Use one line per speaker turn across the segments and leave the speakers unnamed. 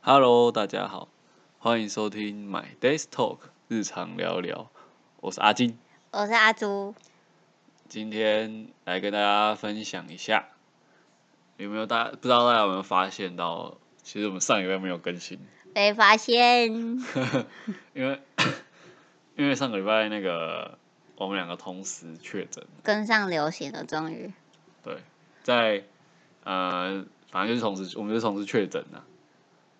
Hello，大家好，欢迎收听 My Days Talk 日常聊聊，我是阿金，
我是阿朱，
今天来跟大家分享一下，有没有大不知道大家有没有发现到，其实我们上礼拜没有更新，
被发现。
因为 因为上个礼拜那个我们两个同时确诊，
跟上流行了，终于。
对，在呃反正就是同时我们就是同时确诊的、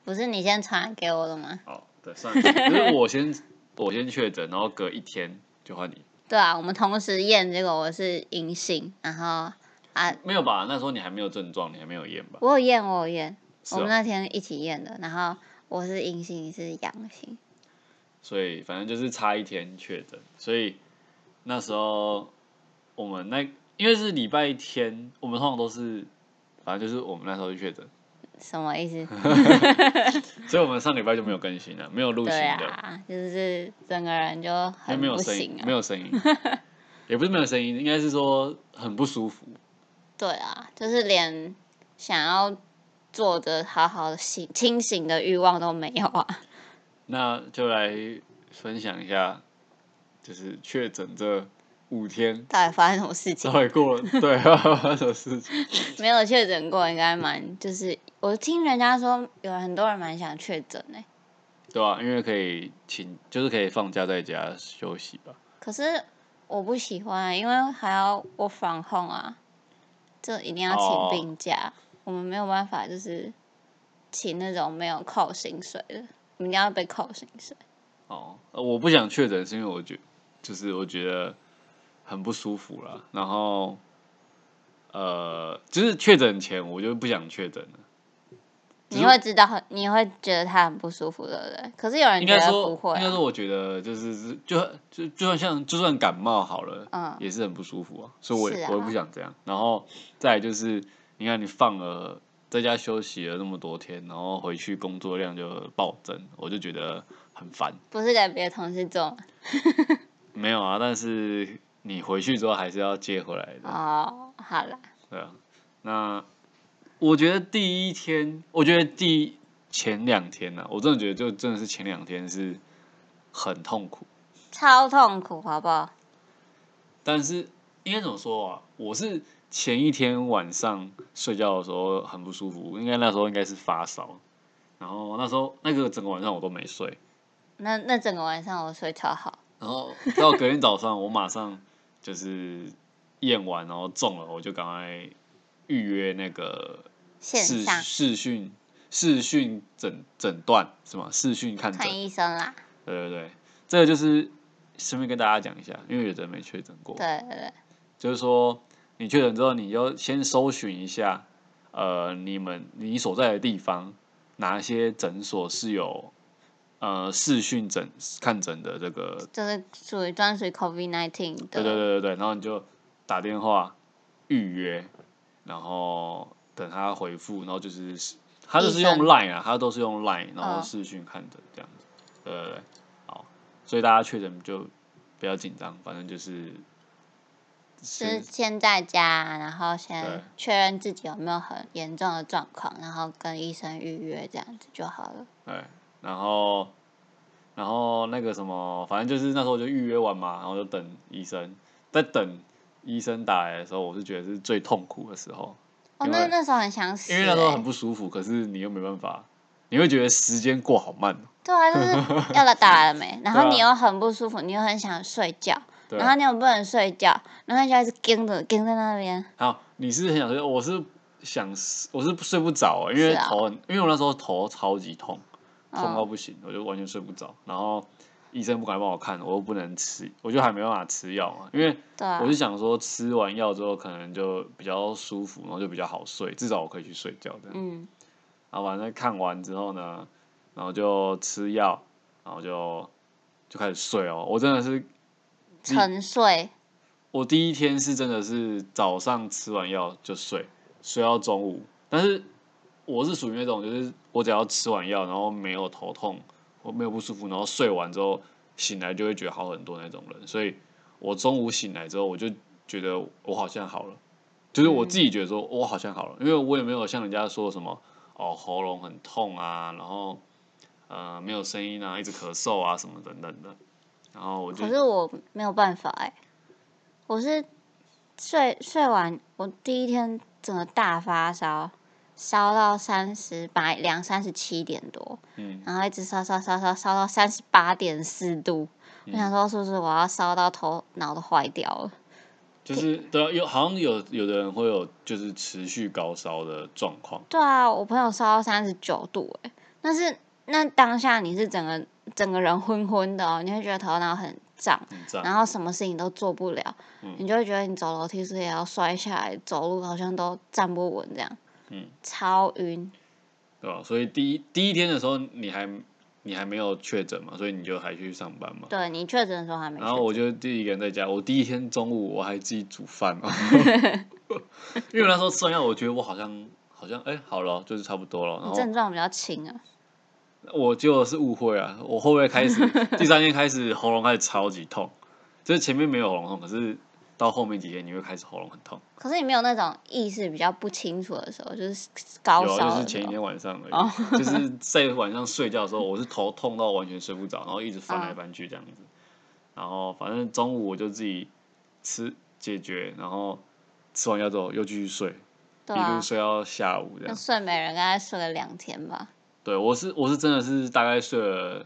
不是你先传给我的吗？
哦，对，算了，就是我先我先确诊，然后隔一天就换你。
对啊，我们同时验，结果我是阴性，然后啊，
没有吧？那时候你还没有症状，你还没有验吧？
我有验，我有验，
是
我们
哦，
那天一起验的，然后我是阴性，你是阳性，
所以反正就是差一天确诊，所以那时候我们那因为是礼拜天，我们通常都是，反正就是我们那时候就确诊，
什 么意思？
所以我们上礼拜就没有更新了，没有录新
对
的，
啊，就是整个人
因
就
为
很
没有
不
声音
行，
没
啊。
有声音，也不是没有声音，应该是说很不舒服。
对啊，就是连想要坐着好好的醒清醒的欲望都没有啊。
那就来分享一下，就是确诊这五天
到底发生什么事情？
到底过了对 发生什么事情？
没有确诊过，应该蛮就是我听人家说有很多人蛮想确诊诶，
对啊，因为可以请，就是可以放假在家休息吧。
可是我不喜欢啊，因为还要我防控啊，这一定要
哦
请病假，我们没有办法就是请那种没有扣薪水的，我们一定要被扣薪水。
哦，呃我不想确诊是因为我觉，就是我觉得很不舒服啦。然后，呃，就是确诊前我就不想确诊了。只
你
是
会知道很，你会觉得他很不舒服，对不对？可是有人
应
觉
该
得
说，
不会、
应该说，
啊，
我觉得就是就就就算像就算感冒好了，
嗯
也是很不舒服啊。所以我也、
是啊
我也不想这样。然后再来就是，你看你放了在家休息了那么多天，然后回去工作量就暴增，我就觉得很烦。
不是给别的同事做吗
没有啊，但是你回去之后还是要接回来的，
哦，好啦，
对啊。那我觉得第一天，我觉得第一前两天呢、啊，我真的觉得就真的是前两天是很痛苦，
超痛苦，好不好？
但是应该怎么说啊？我是前一天晚上睡觉的时候很不舒服，应该那时候应该是发烧，然后那时候那个整个晚上我都没睡，
那那整个晚上我睡超好。
然后到隔天早上，我马上就是验完，然后中了，我就赶快预约那个
线
视
上
视讯视讯诊诊断是吗？视讯看诊，
看医生啦，
对对对，这个就是顺便跟大家讲一下，因为有的人没确诊过，
对对对，
就是说你确诊之后，你要先搜寻一下，呃，你们你所在的地方哪些诊所是有呃视讯诊看诊的这个
就是属于专属于 COVID nineteen 的，
对对对对对，然后你就打电话预约，然后等他回复，然后就是他就是
医
用
生
Line 啊，他都是用 Line，然后
嗯
视讯看诊这样子。对对对，好，所以大家确诊就不要紧张，反正就是
就是
先
先在家，然后
对
先确认自己有没有很严重的状况，然后跟医生预约这样子就好了。
对，然后然后那个什么，反正就是那时候我就预约完嘛，然后就等医生，在等医生打来的时候，我是觉得是最痛苦的时候。
哦，
因
那
为
那时候很想死、
因
欸，
为那时候很不舒服，可是你又没办法，你会觉得时间过好慢哦。
对啊，就是 要来打来了没？然
对
后
啊
你又很不舒服，你又很想睡觉，
对
然，后你又不能睡觉，然后你就一直盯着盯在那边，
好，你是很想睡，我是想我是睡不着、欸因为
是啊
头很，因为我那时候头超级痛，痛到
嗯，
不行，我就完全睡不着。然后医生不敢帮我看，我又不能吃，我就还没办法吃药嘛，因为
对啊
我，是想说吃完药之后可能就比较舒服，然后就比较好睡，至少我可以去睡觉这样。
嗯，
然后反正看完之后呢，然后就吃药，然后就就开始睡哦。我真的是第
沉睡，
我第一天是真的是早上吃完药就睡，睡到中午。但是我是属于那种，就是我只要吃完药，然后没有头痛，我没有不舒服，然后睡完之后醒来就会觉得好很多那种人。所以我中午醒来之后，我就觉得我好像好了，就是我自己觉得说我好像好了，因为我也没有像人家说什么哦喉咙很痛啊，然后呃没有声音啊，一直咳嗽啊什么等等的。然后我就
可是我没有办法哎、我是睡睡完，我第一天整个大发烧，烧到三十八两三十七点多，
嗯
然后一直烧烧烧烧烧到三十八点四度，我想说是不是我要烧到头脑都坏掉了？
就是对啊，有好像有有的人会有就是持续高烧的状况，
对啊，我朋友烧到三十九度哎、但是那当下你是整个整个人昏昏的哦，你会觉得头脑很胀。
很赞。
然后什么事情都做不了，
嗯
你就会觉得你走楼梯是不是也要摔下来，走路好像都站不稳这样，
嗯，
超晕。
对吧、所以第一第一天的时候，你还你还没有确诊嘛，所以你就还去上班嘛。
对你确诊的时候还没确诊，
然后我就自己一个人在家，我第一天中午我还自己煮饭 哦，因为我那时候吃完药，我觉得我好像好像哎、好了，就是差不多了。然
你症
后
状比较轻啊，
我就是误会啊，我后面开始第三天开始喉咙开始超级痛，就是前面没有喉咙痛，可是到后面几天你会开始喉咙很痛，
可是你没有那种意识比较不清楚的时候，就是高
有
烧
啊，就是
的时
前一
候。
天晚上而已，
哦
就是在晚上睡觉的时候，我是头痛到完全睡不着，然后一直翻
嗯
来翻去这样子。然后反正中午我就自己吃解决，然后吃完药之后又继续睡，
对
一路
啊，
睡到下午这
那
样。
睡美人大概睡了两天吧，
对，我是我是真的是大概睡了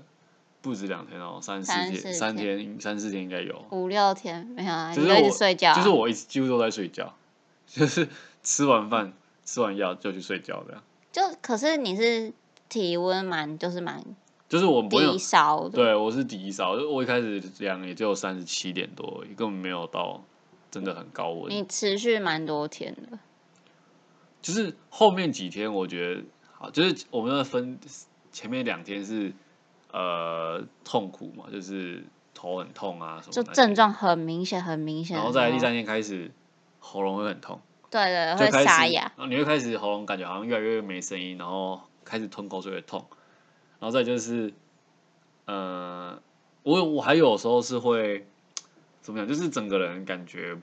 不止两天哦，三四
三
天，
四
三天三四天应该有。
五六天没有啊，
就
你
是
就一
我
直睡觉啊、
就是我一直几乎都在睡觉， 就是吃完饭吃完药就去睡觉这样。
就可是你是体温蛮就是蛮
就是我不会有
低烧的，
对，我是第一烧，我一开始量也只有三十七点多而已，根本没有到真的很高温。
你持续蛮多天的。
就是后面几天，我觉得好，就是我们要分前面两天是呃痛苦嘛，就是头很痛啊什么
就
那些
症，状很明显，很明显的
然
时候。
后再来第三天开始喉咙会很痛，
对对，
就
会
开
沙
始，
哑
然。后你会开始喉咙感觉好像越来越没声音，然后开始吞口水会痛，然后再就是，呃，我有我还有时候是会怎么讲，就是整个人感觉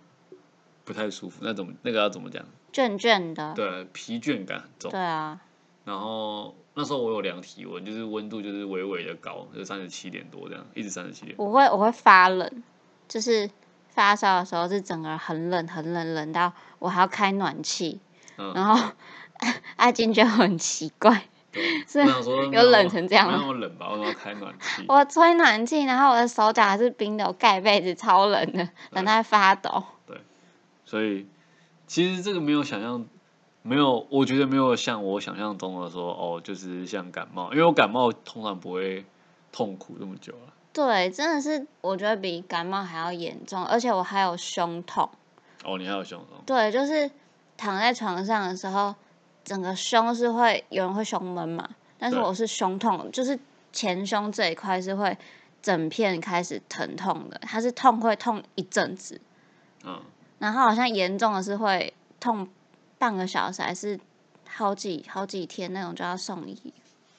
不太舒服，那怎么那个要怎么讲？
倦倦的。
对，啊疲倦感很重
嗯对。啊，
然后那时候我有量体温，就是温度就是微微的高，就三十七点多这样，一直三十七点。
我会我会发冷，就是发烧的时候是整个人很冷很冷，冷到我还要开暖气，
嗯，
然后 阿金觉得很奇怪，
对。啊
是
我想说
有
没那
冷
么
成这样
没
吗
那么冷吧？我要开暖气。
我吹暖气，然后我的手脚还是冰的，我盖被子超冷
嗯
的，冷到在发抖。
所以其实这个没有想象，没有，我觉得没有像我想象中的说哦，就是像感冒，因为我感冒通常不会痛苦这么久啊。
对，真的是我觉得比感冒还要严重，而且我还有胸痛。
哦，你还有胸痛，
对，就是躺在床上的时候，整个胸是会有人会胸闷嘛，但是
对
我是胸痛，就是前胸这一块是会整片开始疼痛的，它是痛会痛一阵子，
嗯，
然后好像严重的是会痛半个小时，还是好几好几天那种就要送医。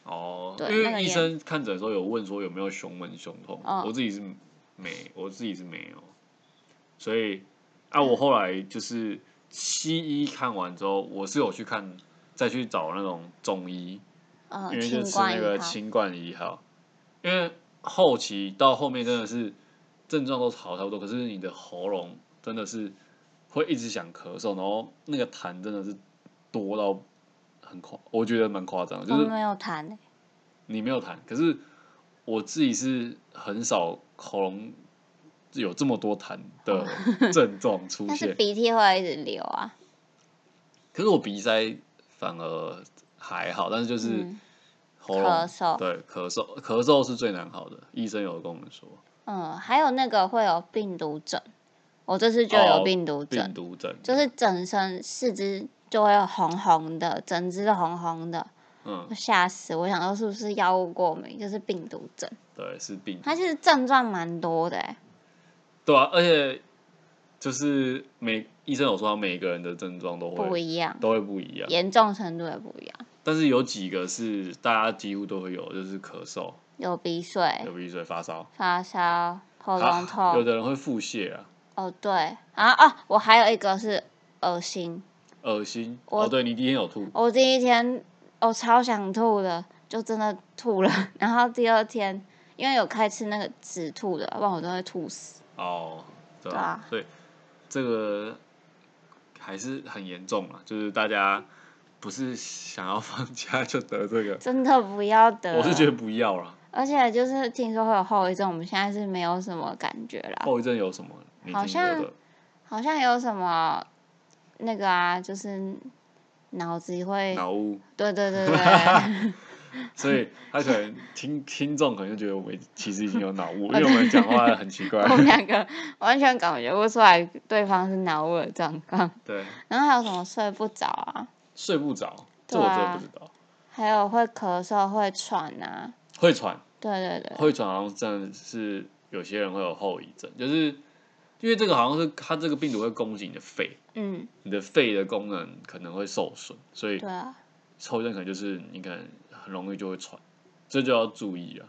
哦，
对
因
那个
为医
也
生看诊的时候有问说有没有胸闷、胸痛，
哦
我自己是没，我自己是没有，所以啊，我后来就是西医看完之后，我是有去看，再去找那种中医，
呃，
因为就
清
吃
冠
那
一
个
号，
新冠一号，因为后期到后面真的是症状都好差不多，可是你的喉咙真的是会一直想咳嗽，然后那个痰真的是多到很夸，我觉得蛮夸张的，
我
就是
没有痰欸、
你没有痰，可是我自己是很少喉咙有这么多痰的症状出
哦 但是
现，
鼻涕会一直流啊。
可是我鼻塞反而还好，但是就是。
嗯
喉咙
咳嗽
对，咳嗽，咳嗽是最难好的。医生有跟我们说，
嗯，还有那个会有病毒疹，我这次就有
哦
病毒疹。
病毒疹，
就是整身四肢就会红红的，整只都红红的，
嗯
我，吓死！我想说是不是药物过敏，就是病毒症，
对，是病毒
它，其实症状蛮多的、欸。
对啊，而且就是每医生有说，每个人的症状都
不
会
一样，
都会不一样，
严重程度也不一样，
但是有几个是大家几乎都会有，就是咳嗽、
有鼻水
流、鼻水、发烧，
发烧、哎喉咙痛。
啊有的人会腹泻啊，
哦，对，啊哦，我还有一个是恶心，
恶心。
我
哦，对你第一天有吐，
我第一天我超想吐的，就真的吐了。然后第二天，因为有开吃那个止吐的，不然我都会吐死。
哦，对
对啊
吧？所以这个还是很严重啊，就是大家不是想要放假就得这个，
真的不要得。
我是觉得，不要啦。
而且就是听说会有后遗症，我们现在是没有什么感觉啦。
后遗症有什么？你
啊好
听得
像
的？
好像有什么那个啊，就是脑子 会，
脑雾，
对对 对对，
所以他可能听听众可能就觉得我们其实已经有脑 雾，因为我们讲话很奇怪
我。 们两个完全感觉不出来对方是脑雾的状况。
对，
然后还有什么睡不着啊，
睡不着，这
对
我
啊
真的不知道。
还有会咳嗽、会喘啊，
会喘，
对对对，
会喘好像真的是有些人会有后遗症，就是因为这个好像是它这个病毒会攻击你的肺，
嗯，
你的肺的功能可能会受损，所以
对啊，
抽症可能就是你可能很容易就会喘，这就要注意啊。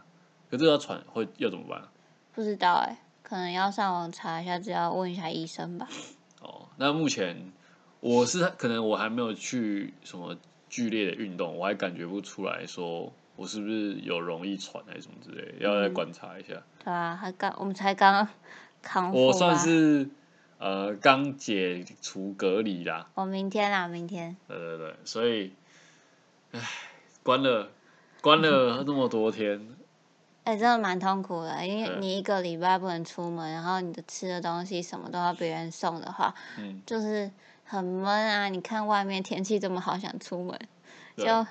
可这个要喘会要怎么办啊、
不知道哎、可能要上网查一下，只要问一下医生吧。
哦，那目前我是可能我还没有去什么剧烈的运动，我还感觉不出来说我是不是有容易喘还是什么之类的，要再
嗯
观察一下。
对啊，还刚我们才刚康复
我算
吧
是呃刚解除隔离啦，
我明天啦，明天
对对对，所以，唉，关了关 了那么多天，
哎、真的蛮痛苦的，因为
对
你一个礼拜不能出门，然后你的吃的东西什么都要别人送的话，
嗯，
就是很闷啊。你看外面天气这么好，想出门
对
就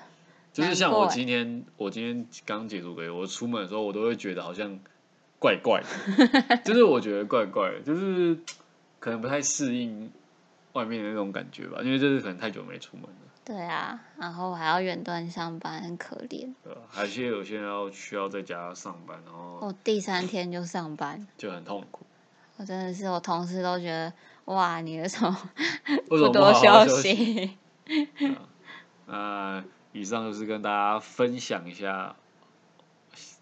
就是像
难过
我
欸
今天我今天刚解除隔离，我出门的时候我都会觉得好像怪怪的， 就是我觉得怪怪的，就是可能不太适应外面的那种感觉吧，因为就是可能太久没出门了，
对啊，然后还要远端上班，很可怜。
对吧？还是有些人要需要在家上班，然后
我第三天就上班，
就很痛苦。
我真的是我同事都觉得哇，你为什么
为什么
多
好 好休息？
息？
那以上就是跟大家分享一下，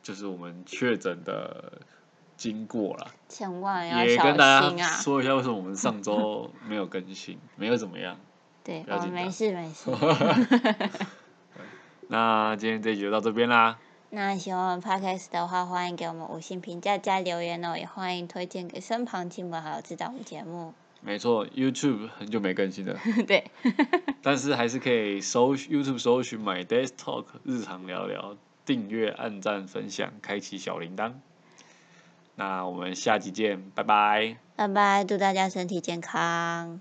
就是我们确诊的经过啦，
千万要
也跟
哎小
大
心
家
啊！
说一下为什么我们上周没有更新，没有怎么样。
对，
不要
我
紧
没
张
事 没事。
那今天这一集就到这边啦，
那喜欢我们 podcast 的话，欢迎给我们五星评价加留言哦，也欢迎推荐给身旁亲朋好友知道我们节目。
没错，YouTube 很久没更新了，
对，
但是还是可以搜 YouTube 搜寻 My Desk Talk 日常聊聊，订阅、按赞、分享、开启小铃铛。那我们下集见，拜拜。
拜拜，祝大家身体健康。